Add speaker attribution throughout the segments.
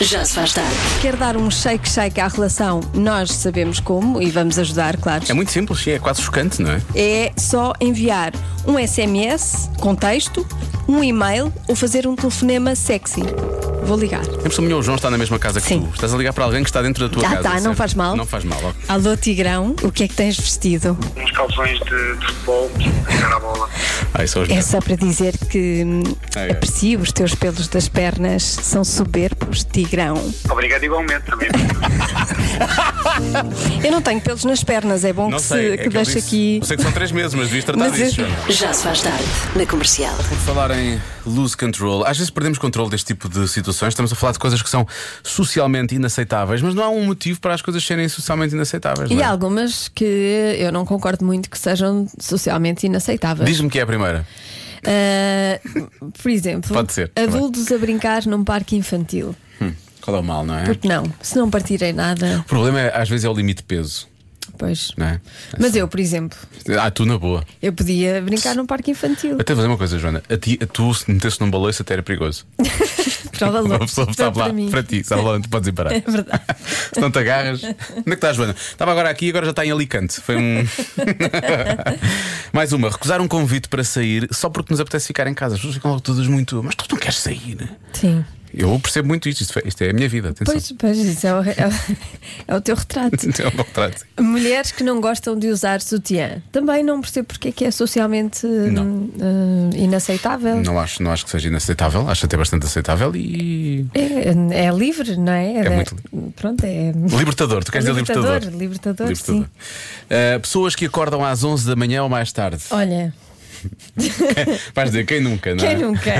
Speaker 1: Já se faz tarde.
Speaker 2: Quer dar um shake shake à relação? Nós sabemos como e vamos ajudar, claro.
Speaker 3: É muito simples, sim, é quase chocante, não é?
Speaker 2: É só enviar um SMS com texto, um e-mail ou fazer um telefonema sexy. Vou ligar.
Speaker 3: Sempre melhor o João está na mesma casa que
Speaker 2: Sim.
Speaker 3: tu. Estás a ligar para alguém que está dentro da tua
Speaker 2: Ah,
Speaker 3: casa.
Speaker 2: tá, não
Speaker 3: certo?
Speaker 2: faz mal.
Speaker 3: Não faz mal, ok.
Speaker 2: Alô, Tigrão, o que é que tens vestido?
Speaker 4: uns calções de, de futebol, jogar a bola.
Speaker 3: Ai, são os
Speaker 2: É
Speaker 3: melhores.
Speaker 2: só para dizer que hum,
Speaker 3: Ai, ai.
Speaker 2: aprecio os teus pelos das pernas, são soberbos, Tigrão.
Speaker 4: Obrigado igualmente também.
Speaker 2: Eu não tenho pelos nas pernas, é bom
Speaker 3: Não
Speaker 2: que,
Speaker 3: sei,
Speaker 2: se,
Speaker 3: é
Speaker 2: que
Speaker 3: que eu
Speaker 2: deixe
Speaker 3: disse-
Speaker 2: aqui.
Speaker 3: Eu sei que são três meses, mas devias tratar
Speaker 2: Mas é-
Speaker 3: disso,
Speaker 2: eu-
Speaker 3: João.
Speaker 1: Já se faz tarde na comercial.
Speaker 3: Por falar em lose control, às vezes perdemos controle deste tipo de situações. Estamos a falar de coisas que são socialmente inaceitáveis, mas não há um motivo para as coisas serem socialmente inaceitáveis.
Speaker 5: E
Speaker 3: não é?
Speaker 5: há algumas que eu não concordo muito que sejam socialmente inaceitáveis.
Speaker 3: Diz-me que é a primeira.
Speaker 5: Ah, por exemplo,
Speaker 3: Pode ser, tá
Speaker 5: adultos a brincar num parque infantil.
Speaker 3: Hum, qual é o mal, não é?
Speaker 5: Porque não, se não partirem nada,
Speaker 3: O problema é, às vezes é o limite de peso,
Speaker 5: pois.
Speaker 3: não é?
Speaker 5: Mas eu, por exemplo,
Speaker 3: Ah, tu na boa.
Speaker 5: eu podia brincar num parque infantil.
Speaker 3: Até fazer uma coisa, Joana. A ti, a tu, se metesse num balanço, até era perigoso.
Speaker 5: Prova
Speaker 3: Uma
Speaker 5: louco.
Speaker 3: pessoa sabe lá,
Speaker 5: para mim.
Speaker 3: para ti, sabe lá onde podes ir parar.
Speaker 5: É verdade.
Speaker 3: Se não te agarras. Onde é que estás, Joana? Estava agora aqui e agora já está em Alicante. Foi um. Mais uma. Recusar um convite para sair só porque nos apetece ficar em casa. As pessoas ficam logo todas muito. Mas tu não queres sair?
Speaker 5: Sim.
Speaker 3: Eu percebo muito isto. Isto, foi- isto é a minha vida. Atenção.
Speaker 5: Pois, pois, isso é o, é o- é o teu retrato.
Speaker 3: É um bom trato.
Speaker 5: Mulheres que não gostam de usar sutiã. Também não percebo porque é que é socialmente hum, hum, inaceitável.
Speaker 3: Não acho, não acho que seja inaceitável. Acho até bastante aceitável e.
Speaker 5: É, é livre, não é?
Speaker 3: É
Speaker 5: da-
Speaker 3: muito
Speaker 5: Pronto, é.
Speaker 3: Libertador, tu queres
Speaker 5: libertador,
Speaker 3: dizer libertador?
Speaker 5: libertador, sim.
Speaker 3: Uh, pessoas que acordam às 11 da manhã ou mais tarde.
Speaker 5: Olha,
Speaker 3: Vais dizer quem nunca, não é?
Speaker 5: quem nunca?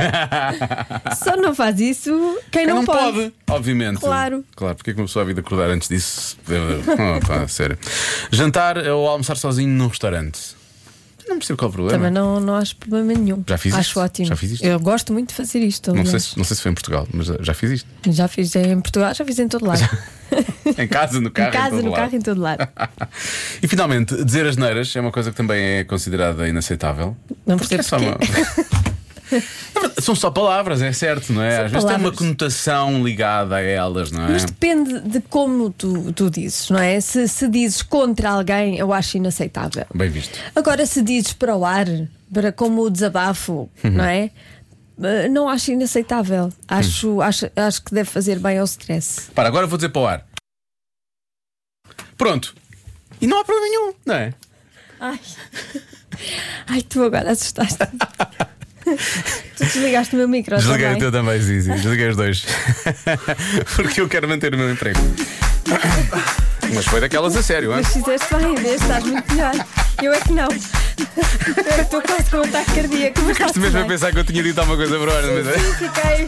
Speaker 5: Só não faz isso quem,
Speaker 3: Quem
Speaker 5: não, pode.
Speaker 3: Obviamente.
Speaker 5: Claro.
Speaker 3: Claro, porque é que uma pessoa havia de acordar antes disso? Oh, pá, sério. Jantar ou almoçar sozinho num restaurante? Não percebo qual é o problema.
Speaker 5: Também não, não acho problema nenhum.
Speaker 3: Já fiz
Speaker 5: Acho
Speaker 3: isto?
Speaker 5: ótimo.
Speaker 3: Já fiz isto?
Speaker 5: Eu gosto muito de fazer isto.
Speaker 3: Não
Speaker 5: aliás.
Speaker 3: sei, se, não sei se foi em Portugal, mas já fiz isto.
Speaker 5: Já fiz em Portugal, já fiz em todo lado.
Speaker 3: Em casa, no carro.
Speaker 5: em casa,
Speaker 3: todo
Speaker 5: no
Speaker 3: lado.
Speaker 5: carro, em todo lado.
Speaker 3: E finalmente, dizer as neiras é uma coisa que também é considerada inaceitável.
Speaker 5: Não
Speaker 3: Porque é
Speaker 5: percebo
Speaker 3: só uma- Na verdade, São só palavras, é certo, não é?
Speaker 5: São
Speaker 3: Às vezes tem uma
Speaker 5: palavras.
Speaker 3: conotação ligada a elas, não é?
Speaker 5: Mas depende de como tu, tu dizes, não é? Se, se dizes contra alguém, eu acho inaceitável.
Speaker 3: Bem visto.
Speaker 5: Agora, se dizes para o ar, para como desabafo,
Speaker 3: Uhum.
Speaker 5: não é? Eh, Não acho inaceitável. Acho,
Speaker 3: Hum.
Speaker 5: acho, acho que deve fazer bem ao stress.
Speaker 3: Para, agora vou dizer para o ar. Pronto. E não há problema nenhum, não é?
Speaker 5: Ai, Ai tu agora assustaste. tu desligaste o meu micro
Speaker 3: Desliguei o
Speaker 5: também.
Speaker 3: teu também, sim, sim. Desliguei os dois. Porque eu quero manter o meu emprego. Mas foi daquelas a sério, hein?
Speaker 5: Mas fizeste bem, vês, estás muito melhor. Eu é que não. Eu é que estou quase com um ataque cardíaco.
Speaker 3: Ficaste
Speaker 5: Mas está-se
Speaker 3: mesmo a
Speaker 5: bem.
Speaker 3: pensar que eu tinha dito alguma coisa para o ar, mas é.
Speaker 5: Fiquei.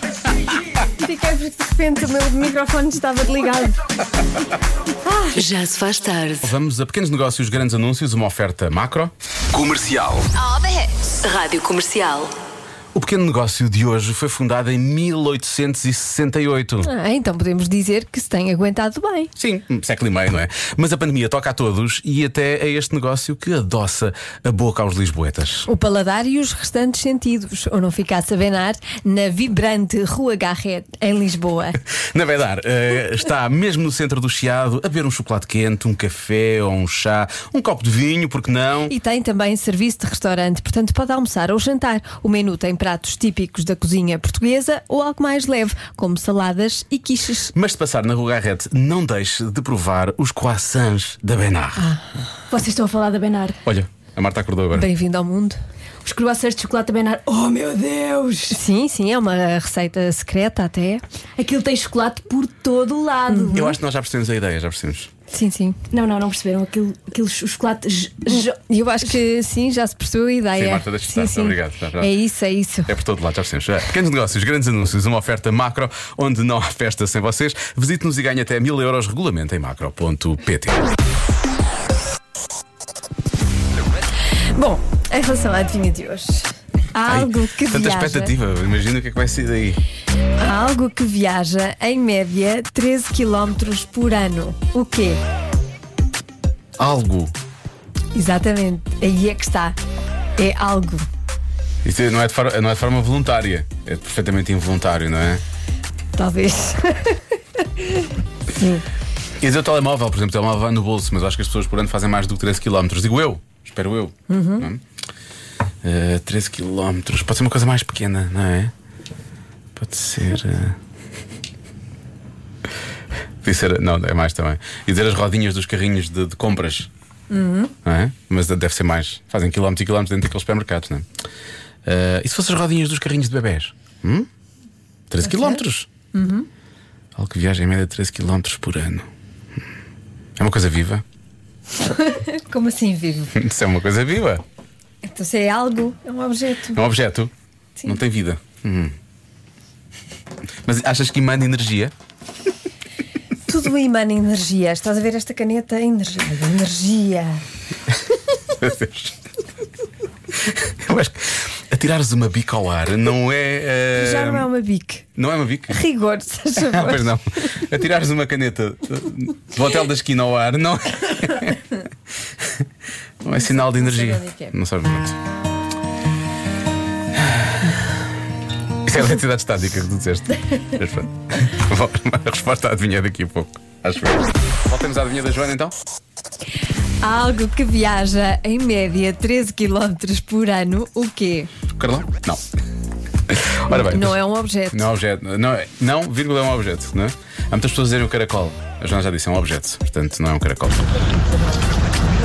Speaker 5: Fiquei porque de repente o meu microfone estava desligado.
Speaker 1: Já se faz tarde.
Speaker 3: Vamos a pequenos negócios, grandes anúncios, uma oferta macro.
Speaker 6: Comercial.
Speaker 1: Rádio Comercial.
Speaker 3: O pequeno negócio de hoje foi fundado em 1868.
Speaker 5: Ah, então podemos dizer que se tem aguentado bem.
Speaker 3: Sim, um século e meio, não é? Mas a pandemia toca a todos e até a este negócio que adoça a boca aos lisboetas.
Speaker 5: O paladar e os restantes sentidos, ou não ficar a sabenar, na vibrante Rua Garret, em Lisboa.
Speaker 3: Na verdade, eh, está mesmo no centro do Chiado a beber um chocolate quente, um café ou um chá, um copo de vinho, porque não?
Speaker 5: E tem também serviço de restaurante, portanto pode almoçar ou jantar. O menu tem pratos típicos da cozinha portuguesa ou algo mais leve, como saladas e quiches.
Speaker 3: Mas se passar na Rua Garrete, não deixe de provar os croissants da Benar.
Speaker 7: Vocês estão a falar da Benar.
Speaker 3: Olha, a Marta acordou agora.
Speaker 5: Bem-vindo ao mundo.
Speaker 7: Os croissants de chocolate da Benar. Oh meu Deus!
Speaker 5: Sim, sim, é uma receita secreta até.
Speaker 7: Aquilo tem chocolate por todo o lado.
Speaker 8: Uhum.
Speaker 3: Eu acho que nós já percebemos a ideia, já percebemos.
Speaker 5: Sim, sim.
Speaker 7: Não, não, não perceberam. Aquilo, aquilo o chocolate. j- j-
Speaker 5: E eu acho que sim, já se percebeu a ideia.
Speaker 3: Sim, Marta, deixa-me estar. Obrigado. Já, já.
Speaker 5: É isso, é isso.
Speaker 3: É por todo lado, já percebemos. É. Pequenos negócios, grandes anúncios, uma oferta macro, onde não há festa sem vocês. Visite-nos e ganhe até mil euros, regulamento em macro.pt.
Speaker 5: Bom, em relação à adivinha de hoje, há algo que
Speaker 3: Tanta
Speaker 5: viaja.
Speaker 3: expectativa, imagina o que é que vai sair daí.
Speaker 5: Há algo que viaja, em média, 13 km por ano. O quê?
Speaker 3: Algo.
Speaker 5: Exatamente. Aí é que está. É algo.
Speaker 3: Isso não é, de forma, não é de forma voluntária, é perfeitamente involuntário, não é?
Speaker 5: Talvez.
Speaker 3: E dizer o telemóvel, por exemplo, o telemóvel vai no bolso, mas eu acho que as pessoas por ano fazem mais do que 13 km. Digo eu, espero eu. não é? Eh, 13 km. Pode ser uma coisa mais pequena, não é? Pode ser. eh, Podia ser. Não, é mais também. E dizer as rodinhas dos carrinhos de, de compras. Não é? Mas deve ser mais. Fazem quilómetros e quilómetros dentro daqueles supermercados, não é? Eh, e se fossem as rodinhas dos carrinhos de bebés? Hum?
Speaker 5: é.
Speaker 3: 13 quilómetros.
Speaker 5: Uhum.
Speaker 3: Algo que viaja em média 13 km por ano. É uma coisa viva?
Speaker 5: Como assim vivo?
Speaker 3: Isso é uma coisa viva.
Speaker 5: Então se é algo, é um objeto.
Speaker 3: É um objeto. Não tem vida. Hum. Mas achas que emana energia?
Speaker 5: Tudo emana energia. Estás a ver esta caneta? É Energia. Energia.
Speaker 3: Meu Deus. Eu acho que atirares uma bica ao ar não é. eh,
Speaker 5: Já não é uma bique.
Speaker 3: não é uma bica?
Speaker 5: Rigor, se faz
Speaker 3: Ah,
Speaker 5: favor.
Speaker 3: pois não. Atirares uma caneta do hotel da esquina ao ar não é? não é sinal de energia.
Speaker 5: onde é que é.
Speaker 3: Não sabes muito. Isso é eletricidade estática que tu disseste. Mas pronto. Bom, A resposta a adivinhar daqui a pouco. Acho eu. Voltamos à adivinha da Joana então?
Speaker 5: Algo que viaja em média 13 km por ano, o quê?
Speaker 3: Carlão? Não. Ora bem.
Speaker 5: Não é um objeto.
Speaker 3: Não é objeto. Não, é- não, vírgula é um objeto, não é? Há muitas pessoas a dizerem o caracol. A Joana já disse, é um objeto. Portanto, não é um caracol.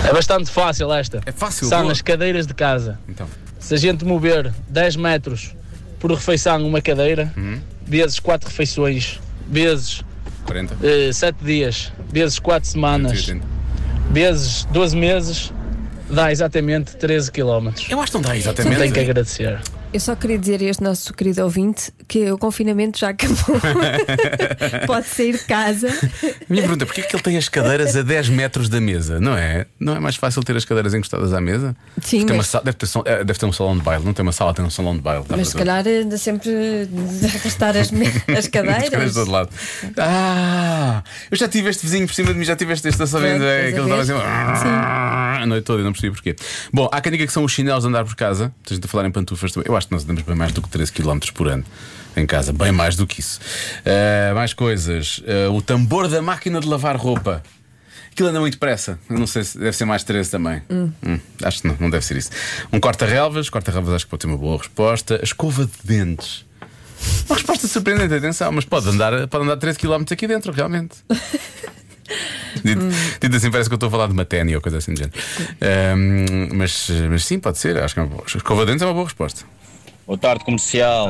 Speaker 6: É bastante fácil esta.
Speaker 3: É fácil,
Speaker 6: São
Speaker 3: boa.
Speaker 6: as cadeiras de casa.
Speaker 3: Então.
Speaker 6: Se a gente mover 10 metros por refeição uma cadeira,
Speaker 3: Uhum.
Speaker 6: vezes 4 refeições, vezes
Speaker 3: 40.
Speaker 6: 7 dias, vezes 4 semanas,
Speaker 3: 180.
Speaker 6: vezes 12 meses, dá exatamente 13 km.
Speaker 3: Eu acho que não dá exatamente.
Speaker 6: Não tenho que agradecer.
Speaker 5: Eu só queria dizer a este nosso querido ouvinte que o confinamento já acabou. Pode sair de casa.
Speaker 3: Minha pergunta é: porquê é que ele tem as cadeiras a 10 metros da mesa? Não é? Não é mais fácil ter as cadeiras encostadas à mesa?
Speaker 5: Sim,
Speaker 3: Deve ter, uma
Speaker 5: mas-
Speaker 3: sala- deve ter sal- eh, deve ter um salão de baile, não tem uma sala, tem um salão de baile. dá
Speaker 5: Mas
Speaker 3: para
Speaker 5: se
Speaker 3: ver.
Speaker 5: calhar anda sempre a arrastar as, me- as
Speaker 3: As cadeiras
Speaker 5: cadeiras.
Speaker 3: de todo lado. Ah! Eu já tive este vizinho por cima de mim, já tive este desta
Speaker 5: Pronto,
Speaker 3: vez. É,
Speaker 5: estás
Speaker 3: que ele
Speaker 5: a
Speaker 3: estava
Speaker 5: ver?
Speaker 3: assim. A noite toda, eu não percebi porquê. Bom, há quem diga que são os chinelos de andar por casa. Estás a falar em pantufas também. Eu acho que nós andamos bem mais do que 13 km por ano em casa, bem mais do que isso. Ah, mais coisas. Ah, o tambor da máquina de lavar roupa. Aquilo anda muito depressa. Eu Não sei se deve ser mais 13 também. Hum, acho que não, não deve ser isso. Um corta-relvas. Corta-relvas acho que pode ter uma boa resposta. A escova de dentes. Uma resposta surpreendente, atenção, mas pode andar, pode andar 13 km aqui dentro, realmente.
Speaker 5: Hum.
Speaker 3: Dito, dito assim, parece que eu estou a falar de uma ténia ou coisa assim do género. Ahm, mas, mas sim, pode ser. Acho que é uma boa. Escova de dentes é uma boa resposta.
Speaker 9: Boa tarde, comercial.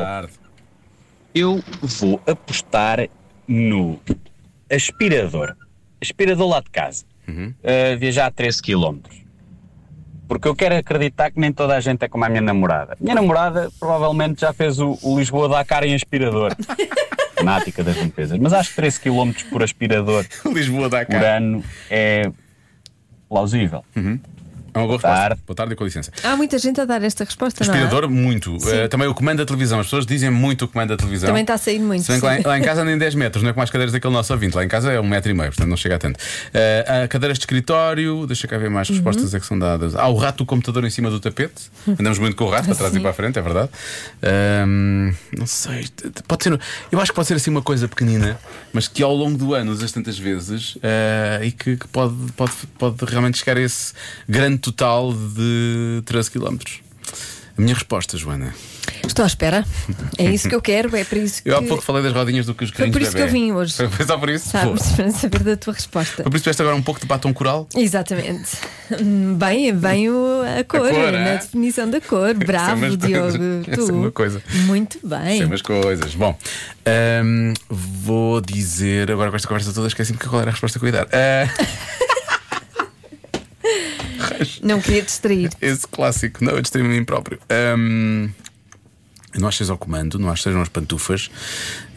Speaker 9: Eu vou apostar no aspirador. Aspirador lá de casa. Uh, viajar a 13 km. Porque eu quero acreditar que nem toda a gente é como a minha namorada. Minha namorada provavelmente já fez o, o Lisboa da cara em aspirador. Fanática das limpezas. Mas acho que 13 km por aspirador
Speaker 3: Lisboa dá
Speaker 9: por
Speaker 3: cá.
Speaker 9: ano é plausível.
Speaker 3: É uma boa resposta.
Speaker 9: tarde.
Speaker 3: Boa tarde e com licença.
Speaker 5: Há muita gente a dar esta resposta, não é?
Speaker 3: Aspirador, muito. Eh, também o comando da televisão. As pessoas dizem muito o comando da televisão.
Speaker 5: Também está a sair muito,
Speaker 3: Se bem que lá, em-
Speaker 5: sim.
Speaker 3: lá em casa nem 10 metros, não é como as cadeiras daquele nosso ouvinte. Lá em casa é um metro e meio, portanto não chega a tanto. Eh, há cadeiras de escritório, deixa cá ver mais
Speaker 5: Uhum.
Speaker 3: respostas é que são dadas. Há o rato do computador em cima do tapete. Andamos muito com o rato para trás e para a frente, é verdade. Ahm, não sei, t- t- pode ser. Eu acho que pode ser assim uma coisa pequenina, mas que ao longo do ano usas tantas vezes eh, e que, que pode, pode, pode realmente chegar a esse grande total de 13 km. A minha resposta, Joana.
Speaker 5: Estou à espera. É isso que eu quero, é para isso que.
Speaker 3: Eu há pouco falei das rodinhas do que os
Speaker 5: Foi por
Speaker 3: carrinhos de
Speaker 5: isso que eu
Speaker 3: bebé.
Speaker 5: vim hoje.
Speaker 3: Foi só por isso? Boa.
Speaker 5: Sabes, para saber da tua resposta.
Speaker 3: Foi por isso que tiveste agora um pouco de batom coral?
Speaker 5: Exatamente. Hum, Bem, bem o, a cor,
Speaker 3: cor,
Speaker 5: na
Speaker 3: é?
Speaker 5: definição da cor. Bravo,
Speaker 3: umas
Speaker 5: Diogo.
Speaker 3: coisas.
Speaker 5: Tu.
Speaker 3: Isso é uma é coisa.
Speaker 5: Muito
Speaker 3: Sei
Speaker 5: bem.
Speaker 3: umas coisas. Bom, ahm, vou dizer. Agora com esta conversa toda, esqueci-me que qual era a resposta que eu ia dar. Ah,
Speaker 5: Não queria distrair.
Speaker 3: esse clássico, não, eu distraí-me a mim próprio. Ahm, não achas ao comando, não achas nas pantufas.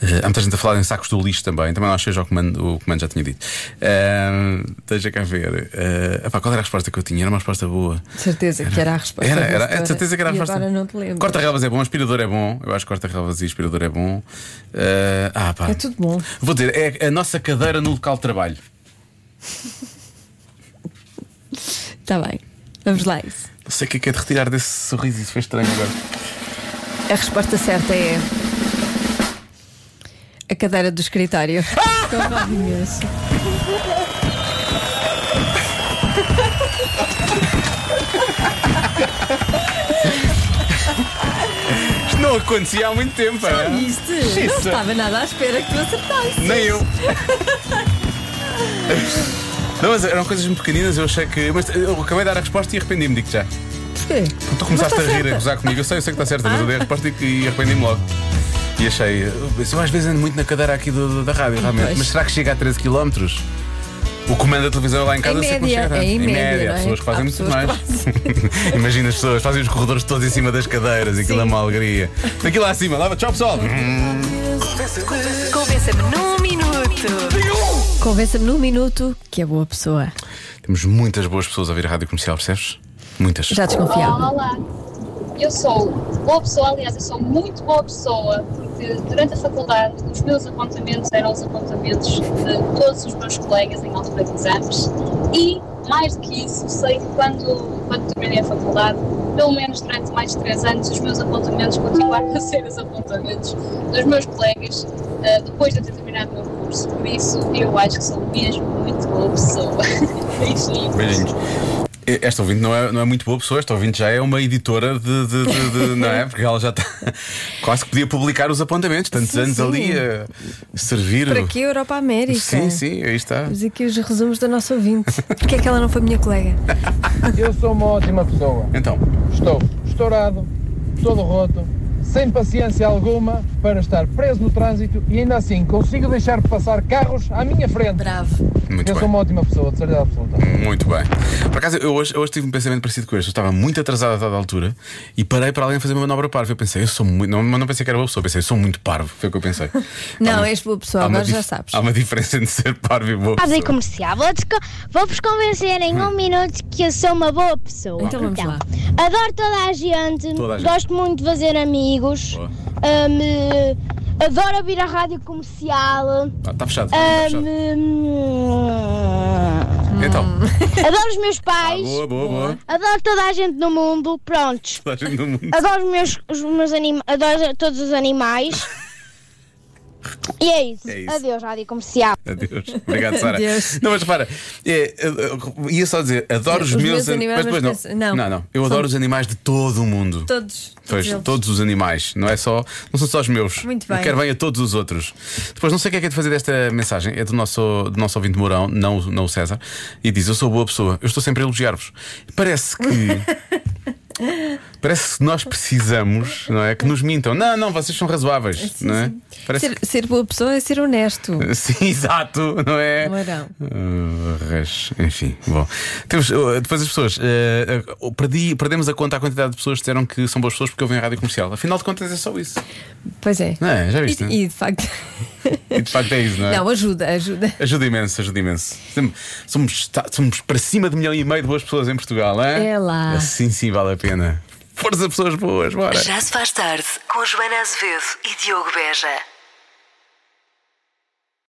Speaker 3: Ah, há muita gente a falar em sacos do lixo também. Também não achas ao comando, o comando já tinha dito. Ah, deixa cá ver. Ah, epá, qual era a resposta que eu tinha? Era uma resposta boa.
Speaker 5: De certeza que era a resposta.
Speaker 3: Era, era,
Speaker 5: desta-
Speaker 3: é de certeza que era a
Speaker 5: e
Speaker 3: resposta.
Speaker 5: Agora não te lembro.
Speaker 3: Corta-relvas é bom, aspirador é bom. Eu acho que corta-relvas e aspirador é bom. Eh, ah, pá.
Speaker 5: É tudo bom.
Speaker 3: Vou dizer, é a nossa cadeira no local de trabalho.
Speaker 5: Está Tá bem. Vamos lá. a Isso.
Speaker 3: Não sei o que é que é de retirar desse sorriso, isso foi estranho agora.
Speaker 5: A resposta certa é. A cadeira do escritório. Estou imenso.
Speaker 3: Isto não acontecia há muito tempo. é?
Speaker 5: Isto, não
Speaker 3: Isso.
Speaker 5: estava nada à espera que tu acertasses.
Speaker 3: Nem eu. Não, mas eram coisas muito pequeninas, eu achei que. Mas eu acabei de dar a resposta e arrependi-me, digo já.
Speaker 5: Porquê?
Speaker 3: Tu começaste a
Speaker 5: Mas
Speaker 3: rir, a
Speaker 5: tá certa. Ah.
Speaker 3: gozar comigo. Eu sei, eu sei que está certa, mas eu dei a resposta e- e arrependi-me logo. E achei. Eu às vezes ando muito na cadeira aqui do- do- da rádio, realmente.
Speaker 5: Pois.
Speaker 3: Mas será que chega a 13 km? O comando da televisão é lá em casa eu sei que não
Speaker 5: média,
Speaker 3: chega tanto.
Speaker 5: é em média,
Speaker 3: há
Speaker 5: não é?
Speaker 3: pessoas que fazem
Speaker 5: Há
Speaker 3: muito
Speaker 5: pessoas
Speaker 3: mais. Imagina as pessoas, fazem os corredores todos em cima das cadeiras, e aquilo é uma alegria. Daqui lá acima, lava, tchau pessoal.
Speaker 1: Convença-me num minuto.
Speaker 5: Convença-me num minuto que é boa pessoa.
Speaker 3: Temos muitas boas pessoas a ouvir a rádio comercial, percebes? Muitas.
Speaker 5: Já desconfiava.
Speaker 8: Olá, olá. Eu sou boa pessoa, aliás, eu sou um muito boa pessoa, porque durante a faculdade os meus apontamentos eram os apontamentos de todos os meus colegas em altura de exames e, mais do que isso, sei que quando, quando terminei a faculdade, pelo menos durante mais de três anos, os meus apontamentos continuaram a ser os apontamentos dos meus colegas eh, depois de eu ter terminado o meu curso. Por isso, eu acho que sou mesmo muito boa pessoa. Beijinhos.
Speaker 3: Beijinhos. Esta ouvinte não é, não é muito boa pessoa, esta ouvinte já é uma editora de. de- de- de- não é? Porque ela já está. Quase que podia publicar os apontamentos, tantos
Speaker 5: Sim,
Speaker 3: anos
Speaker 5: sim.
Speaker 3: ali a servir.
Speaker 5: Para que Europa América?
Speaker 3: Sim, sim, aí está.
Speaker 5: Temos aqui os resumos da nossa ouvinte. Porquê é que ela não foi minha colega?
Speaker 6: Eu sou uma ótima pessoa.
Speaker 3: Então,
Speaker 6: Estou estourado, todo roto, sem paciência alguma para estar preso no trânsito e ainda assim consigo deixar passar carros à minha frente.
Speaker 5: Bravo.
Speaker 3: muito
Speaker 6: Eu
Speaker 3: bem.
Speaker 6: sou uma ótima pessoa, de certeza absoluta.
Speaker 3: Muito bem. Por acaso, eu hoje, eu hoje tive um pensamento parecido com este. Eu estava muito atrasado a dada altura e parei para alguém fazer uma manobra parva. Eu pensei, eu sou muito. Não, não pensei que era boa pessoa, pensei, eu sou muito parvo. Foi o que eu pensei. Há
Speaker 5: Não,
Speaker 3: uma-
Speaker 5: és boa pessoa,
Speaker 3: há uma
Speaker 5: agora já
Speaker 3: dif-
Speaker 5: sabes.
Speaker 3: Há uma diferença entre ser parvo e boa pessoa.
Speaker 8: comercial. Vou-vos convencer em
Speaker 7: Hum.
Speaker 8: um minuto que eu sou uma boa pessoa.
Speaker 5: Então vamos lá.
Speaker 8: Adoro toda a gente,
Speaker 3: Toda a gente.
Speaker 8: gosto muito de fazer amigos,
Speaker 3: Boa.
Speaker 8: hum, adoro ouvir a rádio comercial,
Speaker 3: Ah, Está fechado. Está fechado.
Speaker 8: hum,
Speaker 3: Então,
Speaker 8: adoro os meus
Speaker 3: Ah,
Speaker 8: pais,
Speaker 3: boa, boa, boa.
Speaker 8: adoro toda a gente no mundo, prontos.
Speaker 3: Toda a gente no
Speaker 5: Ah,
Speaker 3: mundo.
Speaker 8: Adoro, os meus, os meus anim, adoro todos os animais. E é isso.
Speaker 3: É isso.
Speaker 8: Adeus, rádio comercial.
Speaker 3: Adeus. Obrigado, Sara.
Speaker 5: Adeus.
Speaker 3: Não, mas repara, é, eu- eu ia só dizer, adoro os,
Speaker 5: Os meus
Speaker 3: an-
Speaker 5: animais,
Speaker 3: mas depois
Speaker 5: mas pensa- não.
Speaker 3: não, Eu adoro os animais de todo o mundo.
Speaker 5: Todos. todos
Speaker 3: Pois,
Speaker 5: eles.
Speaker 3: todos os animais, não é só, não são só os meus.
Speaker 5: Muito bem.
Speaker 3: Eu quero bem a todos os outros. Depois não sei o que é que é de fazer desta mensagem, é do nosso, do nosso ouvinte Mourão, não, o- não o César, e diz: Eu sou boa pessoa, eu estou sempre a elogiar-vos. Parece que. Parece que nós precisamos, não é? Que nos mintam. Não, não, vocês são razoáveis, não é? Parece
Speaker 5: Ser, ser boa pessoa é ser honesto.
Speaker 3: Sim, exato, não é?
Speaker 5: Mourão.
Speaker 3: Ah, res- enfim, bom. Temos, ah, depois as pessoas. ah, ah, perdi- perdemos a conta à quantidade de pessoas que disseram que são boas pessoas porque ouvem a rádio comercial. Afinal de contas é só isso.
Speaker 5: Pois é.
Speaker 3: Não é? Já
Speaker 5: E,
Speaker 3: viste? né?
Speaker 5: e de facto.
Speaker 3: E de facto é isso, não é?
Speaker 5: Não, ajuda, ajuda.
Speaker 3: Ajuda imenso, ajuda imenso. Sempre- Somos, tá- somos para cima de um milhão e meio de boas pessoas em Portugal, não é?
Speaker 5: É lá.
Speaker 3: Assim sim vale a pena. Força pessoas boas, bora.
Speaker 1: Já se faz tarde com Joana Azevedo e Diogo Beja.